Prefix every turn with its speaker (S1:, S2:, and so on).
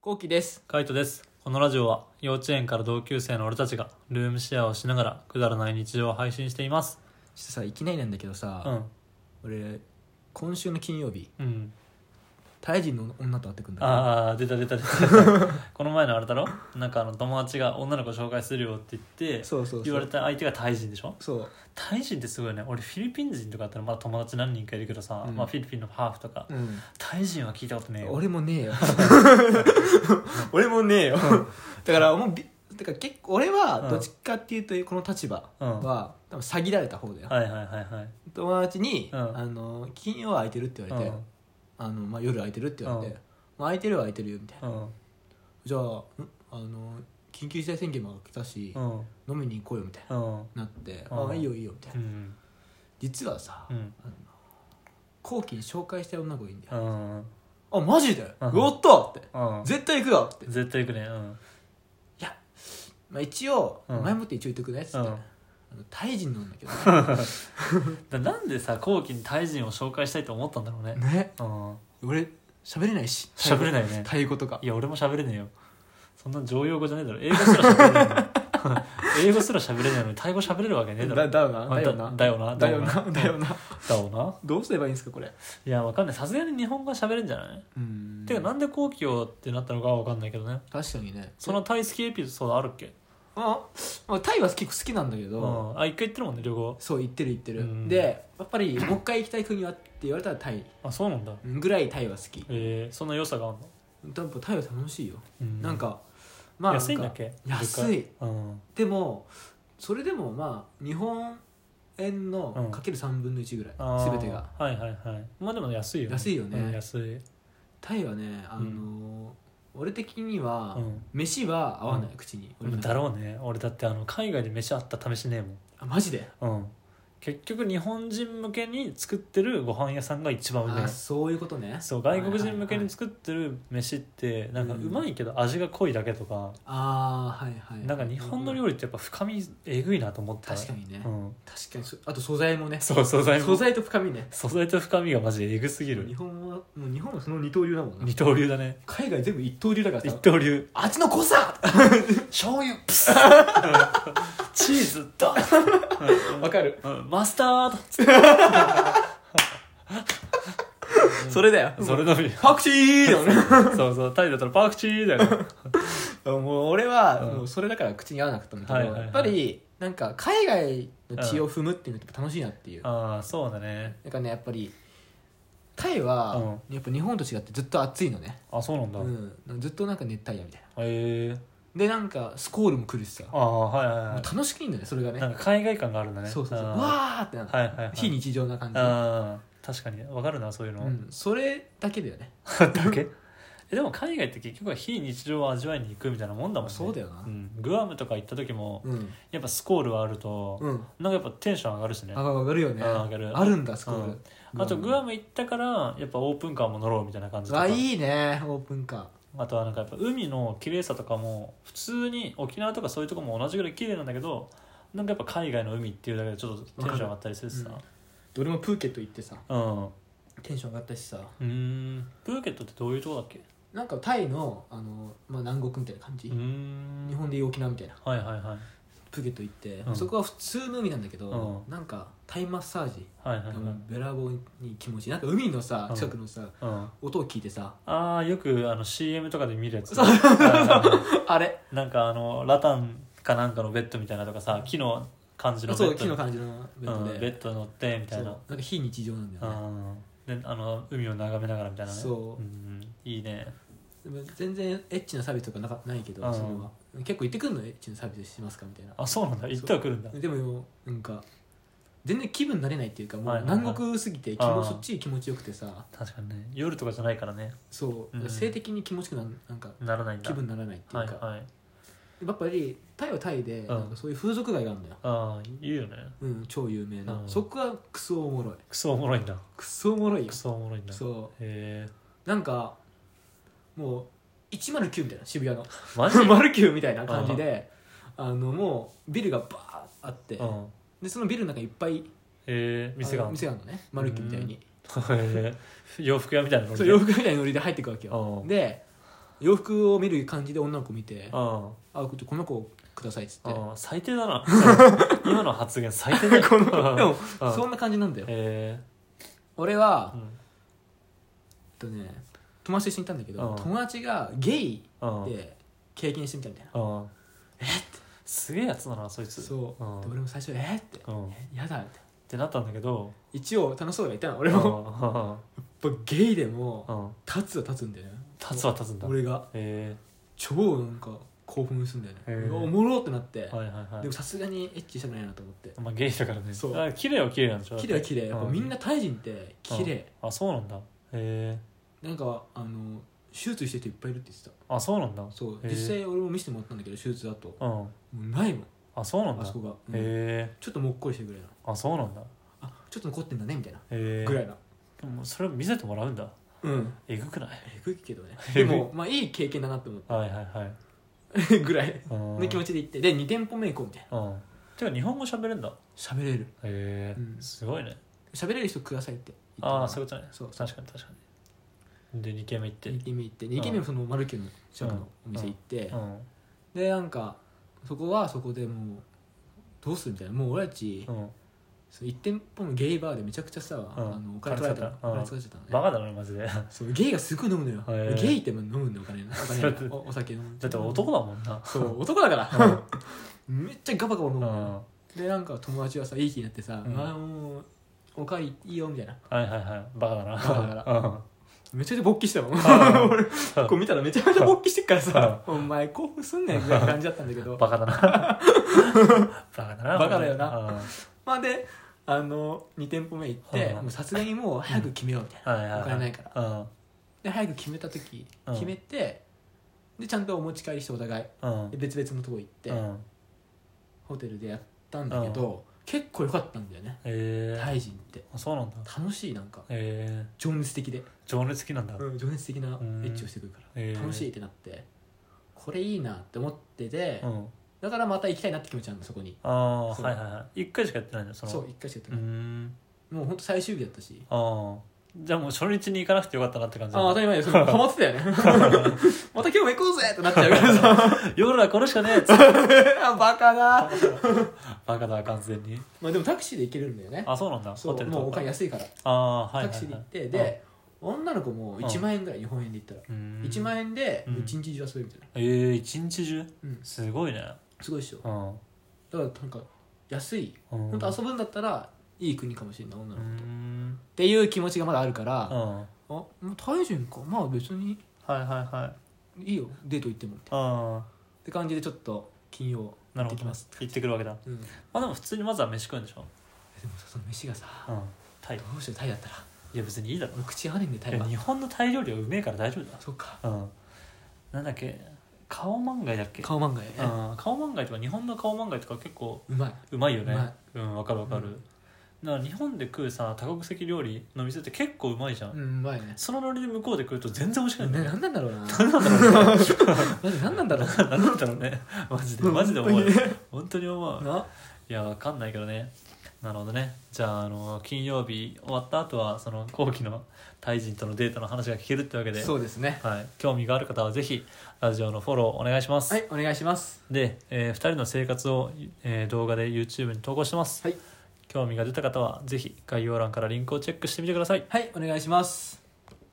S1: こうきです。
S2: カイトですこのラジオは幼稚園から同級生の俺たちがルームシェアをしながらくだらない日常を配信しています
S3: ちょっとさいきなりなんだけど
S2: う
S3: さ、
S2: ん
S3: 俺今週の金曜日
S2: うん
S3: タイ人の女と会ってくんだけど
S2: ああ出た 出た出た出たこの前のあれだろなんかあの友達が女の子紹介するよって言って
S3: そうそうそう
S2: 言われた相手がタイ人でしょ
S3: そう
S2: タイ人ってすごいね俺フィリピン人とかだったらまだ友達何人かいるけどさ、
S3: うん
S2: まあ、フィリピンのハーフとか、
S3: うん
S2: タイ人は聞いたことねえよ
S3: 俺もねえ よ俺もねえよだからもうびだから結構俺
S2: う
S3: は
S2: ん
S3: どっちかっていうとこの立場
S2: うん
S3: は、多分詐欺られた方だよ、
S2: はいはいはいはい
S3: 友達に、
S2: うん
S3: あの「金曜は空いてる?」って言われて、あのまあ、夜空いてるって言われて
S2: うん
S3: 「まあ、空いてるは空いてるよ」みたいな、
S2: うんうん
S3: じゃあんあの緊急事態宣言も明けたし、
S2: うん
S3: 飲みに行こうよみたい
S2: うん
S3: ななって「
S2: うん
S3: ああいいよいいよ」みたいな、
S2: うん
S3: 実はさ、
S2: うん
S3: 後期に紹介したい女の子がいいんだ
S2: う
S3: よ、
S2: ん
S3: あマジでやっ
S2: う
S3: た
S2: ん
S3: って
S2: うん
S3: 絶対行くよって、
S2: 絶対行くねうん
S3: まあ、一応、
S2: うん
S3: 前もって一応言ってくねっつって、
S2: うん
S3: あのタイ人なんだけど
S2: だなんでさ後期にタイ人を紹介したいと思ったんだろうね
S3: ね
S2: うん
S3: 俺喋れないし
S2: 喋れないいよね
S3: タイ語とか
S2: いや俺も喋れねえよそんな常用語じゃねえだろ英語すら喋れない の英語すら喋れないのにタイ語喋れるわけねえだ
S3: だ
S2: ろ
S3: だよな
S2: まあ
S3: だよな
S2: だよな
S3: だよな
S2: だよな
S3: だよな
S2: だろうな
S3: どうすればいいんですかこれ
S2: いやわかんないさすがに日本語は喋れるんじゃない、
S3: うん
S2: てかなんで後期をってなったのかはわかんないけどね
S3: 確かにね
S2: そのタイ好きエピソードあるっけ
S3: あ、まあ、タイは結構好きなんだけ
S2: う
S3: ど、
S2: んあ一回行ってるもんね旅行
S3: そう言ってる言ってる、
S2: うん
S3: でやっぱりもう一回行きたい国はって言われたらタイ
S2: あそうなんだ
S3: ぐらいタイは好き
S2: えー、そんな良さがあるの、
S3: 多分タイは楽しいよ、
S2: うん
S3: なんかまあなんか
S2: 安いんだっけ
S3: 安い
S2: うん
S3: でもそれでもまあ日本円のかける3分の1ぐらい、
S2: あー
S3: 全てが
S2: はいはいはいまあでも安いよ、
S3: 安いよね
S2: うん安い
S3: タイはねあのー俺的には、
S2: うん
S3: 飯は合わない、
S2: う
S3: 口に俺の中
S2: だろうね俺だってあの海外で飯あった試しね
S3: あマジで
S2: えもん、うん、結局日本人向けに作ってるご飯屋さんが一番うまい
S3: あそういうことね
S2: そう外国人向け
S3: はいはいは
S2: に
S3: い
S2: 作ってる飯ってなんかう
S3: うん
S2: まいけど味が濃いだけとか、
S3: ああはいはい
S2: なんか日本の料理ってやっぱ深みえぐいなと思った
S3: 確かにね、
S2: うん、
S3: 確かにそあと素材もね
S2: そう素材
S3: 素
S2: も
S3: 材と深みね
S2: 素材と深みがマジえぐす
S3: 日
S2: ぎる
S3: 本はもう日本はその二刀流だもんな
S2: 二刀流だね
S3: 海外全部一刀流だから
S2: 一
S3: さ
S2: 刀流
S3: 味の濃さ
S2: 醤油プスチーズドン
S3: わかる
S2: うんマスタード
S3: それだよ
S2: それのみ
S3: パクチーだよ ね
S2: そうそうタイだったらパクチーだよね
S3: もう俺は
S2: うん
S3: もうそれだから口に合わなかったんだけど、
S2: はいはいはい
S3: やっぱりなんか海外の血を踏むっていうのって楽しいなっていう、
S2: ああそうだね
S3: なんかねやっぱりタイはやっぱ日本と違ってずっと暑いのね、
S2: あそうなんだ、
S3: うんずっとなんか熱帯夜みたいな
S2: へえ
S3: でなんかスコールも来るしさ
S2: ああはいはい
S3: も
S2: は
S3: う楽しいんだよねそれが
S2: い
S3: ね
S2: なんか海外感があるんだね
S3: そうそうそう
S2: あ
S3: わ
S2: ー
S3: ーってなる、
S2: はいはいはい
S3: 非日常な感じ
S2: あー確かにわかるなそういうの、
S3: うん、それだけだよね
S2: だ けえでも海外って結局は非日常を味わいに行くみたいなもんだもんね
S3: そうだよな
S2: うん、グアムとか行った時も、
S3: うん
S2: やっぱスコールはあると、
S3: うん
S2: なんかやっぱテンション上がるしね
S3: あ上がるよね
S2: あ上がる
S3: あるんだスコール、
S2: うんあとグアム行ったからやっぱオープンカーも乗ろうみたいな感じとか
S3: あいいねオープンカ
S2: あとはなんかやっぱ海の綺麗さとかも普通に沖縄とかそういうとこも同じぐらい綺麗なんだけどなんかやっぱ海外の海っていうだけでちょっとテンション上がったりするしさ
S3: わー俺もプーケット行ってさ
S2: うんう
S3: テンション上がったしさ
S2: ーんプーケットってどういうとこだっけ
S3: なんかタイのあの、まあ、南国みたいな感じ、
S2: うーん
S3: 日本でいう沖縄みたいな
S2: はいはいはい
S3: プーケット行って、
S2: うん
S3: そこは普通の海なんだけど、
S2: う
S3: なんかタイマッサージ
S2: はいはい
S3: が
S2: はい、
S3: もうべらぼうに気持ちいいなんか海のさ
S2: うん
S3: 近くのさ、
S2: うん、
S3: 音を聞いてさ
S2: ああよくあの CM とかで見るや つ
S3: そう
S2: はいは
S3: あれ
S2: いなん かあのラタンかなんかのベッドみたいなとかさ木の感じのベ
S3: そう
S2: ッド
S3: 木の感じのベッド
S2: う
S3: で、
S2: ん、ベッド乗ってみた
S3: そう
S2: い
S3: な
S2: なん
S3: か非日常なんだよね
S2: うんであの海を眺めながらみたいなね、
S3: そうん
S2: いいね
S3: でも全然エッチなサービスとかなかないけど
S2: うん
S3: それは結構行ってくるのエッチなサービスしますかみたいな
S2: あそうなんだ行ったら来るんだ
S3: でもなんか全然気分慣れないっていうかも
S2: は
S3: う
S2: いはいはい
S3: 南国すぎて気
S2: あ
S3: も
S2: ー
S3: そっち気持ちよくてさ
S2: 確かにね夜とかじゃないからね
S3: そう、
S2: うん
S3: 性的に気持ちよくなんなんか
S2: ならないんだ
S3: 気分にならないっていうか、
S2: はいはい
S3: やっぱりタイはタイで
S2: ん
S3: なんかそういう風俗街があるんだよ、
S2: ああいいよね
S3: うん、超有名な、
S2: うん
S3: そこはクソおもろい
S2: クソおもろいんだ
S3: クソおもろいよ
S2: クソおもろいんだう
S3: そ
S2: へえ
S3: うなんかもう109みたいな渋谷の
S2: マジ
S3: マルキューみたいな感じであのもうビルがバーッあって
S2: うん
S3: でそのビルの中いっぱい
S2: へえ店が
S3: あの
S2: あんの
S3: 店があるのねマルキューみたいに
S2: へえ洋服屋みたいなの
S3: そう洋服みたいなノリで入っていくわけ
S2: う
S3: よ
S2: ん
S3: で洋服を見る感じで女の子見て「
S2: うん
S3: あこの子ください」っつって
S2: うん最低 だな今の発言最低だ
S3: このでも
S2: うん
S3: そんな感じなんだよ
S2: え
S3: 俺
S2: ー
S3: は
S2: う
S3: えっ
S2: ん
S3: とね友達と一緒にいたんだけ
S2: う
S3: ど
S2: ん
S3: 友達がゲイ
S2: うん
S3: で経験してみたみたいな
S2: うん
S3: えっ
S2: すげえやつだなそいつ
S3: そう
S2: うん
S3: で俺も最初「えっ?」って
S2: うんっ
S3: 「えやだ」みたいな
S2: てなったんだけど
S3: 一応楽しそうがいたの
S2: う
S3: 俺
S2: ん
S3: もやっぱゲイでも
S2: うんうん
S3: 立つは立つんだよね
S2: 立つは立つんだ
S3: 俺が
S2: え
S3: 超なんか興奮するんだよね
S2: へー
S3: うわおもろってなって
S2: えはいはいはい
S3: でもさすがにエッチしたくないなと思って
S2: まあゲイだからね
S3: そう
S2: あ綺麗は綺麗なんでしょ
S3: 綺麗は綺麗やっぱみん
S2: な
S3: なタイ人って綺麗
S2: あそうなんだへえ
S3: なんかあの手術してる人いっぱいいるって言ってた
S2: あそうなんだ
S3: そう
S2: へー
S3: 実際俺も見せてもらったんだけど手術だとも
S2: うん
S3: うないもん
S2: あそうなんだ
S3: あそこ
S2: へ
S3: が、うん
S2: え
S3: ちょっともっこりしてるぐらいな
S2: あそうなんだ
S3: あちょっと残ってんだねみたいな
S2: へえ
S3: ぐらいな
S2: でもそれを見せてもらうんだ
S3: うん
S2: えぐくない
S3: えぐいけど ね
S2: え
S3: で
S2: ぐい
S3: もまあいい経験だなと思っ
S2: はいはいはい
S3: て ぐらい
S2: うん
S3: の気持ちで行ってで2店舗目行こうみたいな
S2: うんてか日本語喋れるんだ
S3: 喋れる
S2: へえ
S3: うん
S2: すごいね
S3: 喋れる人くださいって言ったの
S2: ああそういうことね
S3: そうそう
S2: 確かに確かにで2軒目行って
S3: 2軒目行って2軒目もそのマルキューの近くのお店行って
S2: うん
S3: でなんかそこはそこでもうどうするみたいなもう俺たち
S2: うん
S3: その1店舗のゲイバーでめちゃくちゃさ、あのお金取られたのお金
S2: 金使
S3: 使っちゃった
S2: バ
S3: のね
S2: カだなマジで
S3: そうゲイがすごい飲むのよ、
S2: へー
S3: ゲイってもう飲むんだよお金のお金
S2: それ
S3: のおお酒飲む
S2: だって男だもんな
S3: そう男だから、めっちゃガバガバ飲む
S2: うん
S3: の
S2: は
S3: よでなんか友達がさいい気になってさ「
S2: うん
S3: あーもうおかわりいいよ」みたいない
S2: はいはいバカだな
S3: カだか
S2: うん
S3: めちゃくちゃ勃起してた もん
S2: ー
S3: 俺こう見たらめちゃめちゃ勃起してっからさ「お前興奮すんねん」みたいな感じだったんだけど
S2: バカ だなバカだな
S3: バカだよな
S2: うん
S3: まあであの2店舗目行って
S2: う
S3: も
S2: ん
S3: うさすがにもう早く決めようみたいな、
S2: はいはい
S3: お金ないから
S2: ら
S3: で早く決めた時
S2: うん
S3: 決めて、でちゃんとお持ち帰りしてお互い
S2: うんうん
S3: で別々のとこ行って、
S2: うん
S3: ホテルでやったんだけど、結構良かったんだよね
S2: へえ
S3: タイ人って
S2: あそうなんだ
S3: 楽しいなんか
S2: へえ
S3: 情熱的で、
S2: 情熱好きなんだ
S3: 情熱的なエ
S2: ん
S3: ッチをしてくるから、
S2: へー
S3: 楽しいってなってこれいいなって思ってて、
S2: うん
S3: だからまた行きたいなって気持ちなんだそこに
S2: ああ
S3: そ
S2: は
S3: う
S2: いはいはい一回しかやってないんだその
S3: そう一回しかやってな
S2: う
S3: い、
S2: ん
S3: もうほんと最終日だったし
S2: ああじゃあもう初日に行かなくてよかったなって感じ
S3: ああ当たり前ですハマってたよね また今日も行こうぜってなっちゃうから さ
S2: 夜はこれしかねえっつって
S3: あバカだ
S2: バカだ完全に
S3: まあでもタクシーで行けるんだよね
S2: あそうなんだ
S3: そ
S2: ホテ
S3: う
S2: ル
S3: もうお
S2: とか
S3: 金安いから、
S2: ああーはいはいはい
S3: タクシーで行ってで、女の子も1万円ぐらい日本円で行ったら、
S2: うん
S3: 1万円で
S2: うん
S3: 1日中遊べるみたいな、
S2: ええ一日中
S3: うん
S2: すごいね
S3: すごいっしょ
S2: うん
S3: だからなんか安い
S2: うん
S3: 本当遊ぶんだったらいい国かもしれない女の
S2: う
S3: 子、っ
S2: ん
S3: ていう気持ちがまだあるか
S2: うん
S3: ら、
S2: は
S3: あもう大人かまあ別に
S2: いはいはい
S3: いいよデート行ってもって
S2: あ
S3: 感じでちょっと金曜
S2: あなる
S3: 行って
S2: ほど
S3: きます
S2: 行ってくるわけだ
S3: うんで
S2: まあでも普通にまずは飯食うんでしょ
S3: もさその飯がさ
S2: うんタイ
S3: どうしてタイだったら
S2: いや別にいいだろ
S3: 俺口合わねえんでタイ
S2: いや
S3: は
S2: 日本のタイ料理はうめえから大丈夫だ
S3: そうか
S2: うんなんだっけ顔漫画だっけ
S3: 顔漫画やね
S2: うん顔漫画とか日本の顔漫画とか結構
S3: うまいう
S2: まいよね
S3: うま
S2: うんわかるわかる、
S3: う
S2: だから日本で食うさ多国籍料理の店って結構うまいじゃん、
S3: うんうまいね
S2: そのノリで向こうで食うと全然美味しくないんだ
S3: ね
S2: よね
S3: 何なんだろうな
S2: 何なんだろうね
S3: マジ何なんだろう
S2: 何 なんだろうねマジで
S3: うん
S2: マジで思う
S3: 本当
S2: 本当に思う
S3: ない
S2: やわかんないけどねなるほどねじゃああの金曜日終わった後はその後期のタイ人とのデートの話が聞けるってわけで
S3: そうですね
S2: はい、興味がある方はぜひラジオのフォローお願いします、
S3: はいお願いします
S2: で、え2人の生活を、えー動画で YouTube に投稿してます、
S3: はい
S2: 興味が出た方はぜひ概要欄からリンクをチェックしてみてください
S3: はいお願いします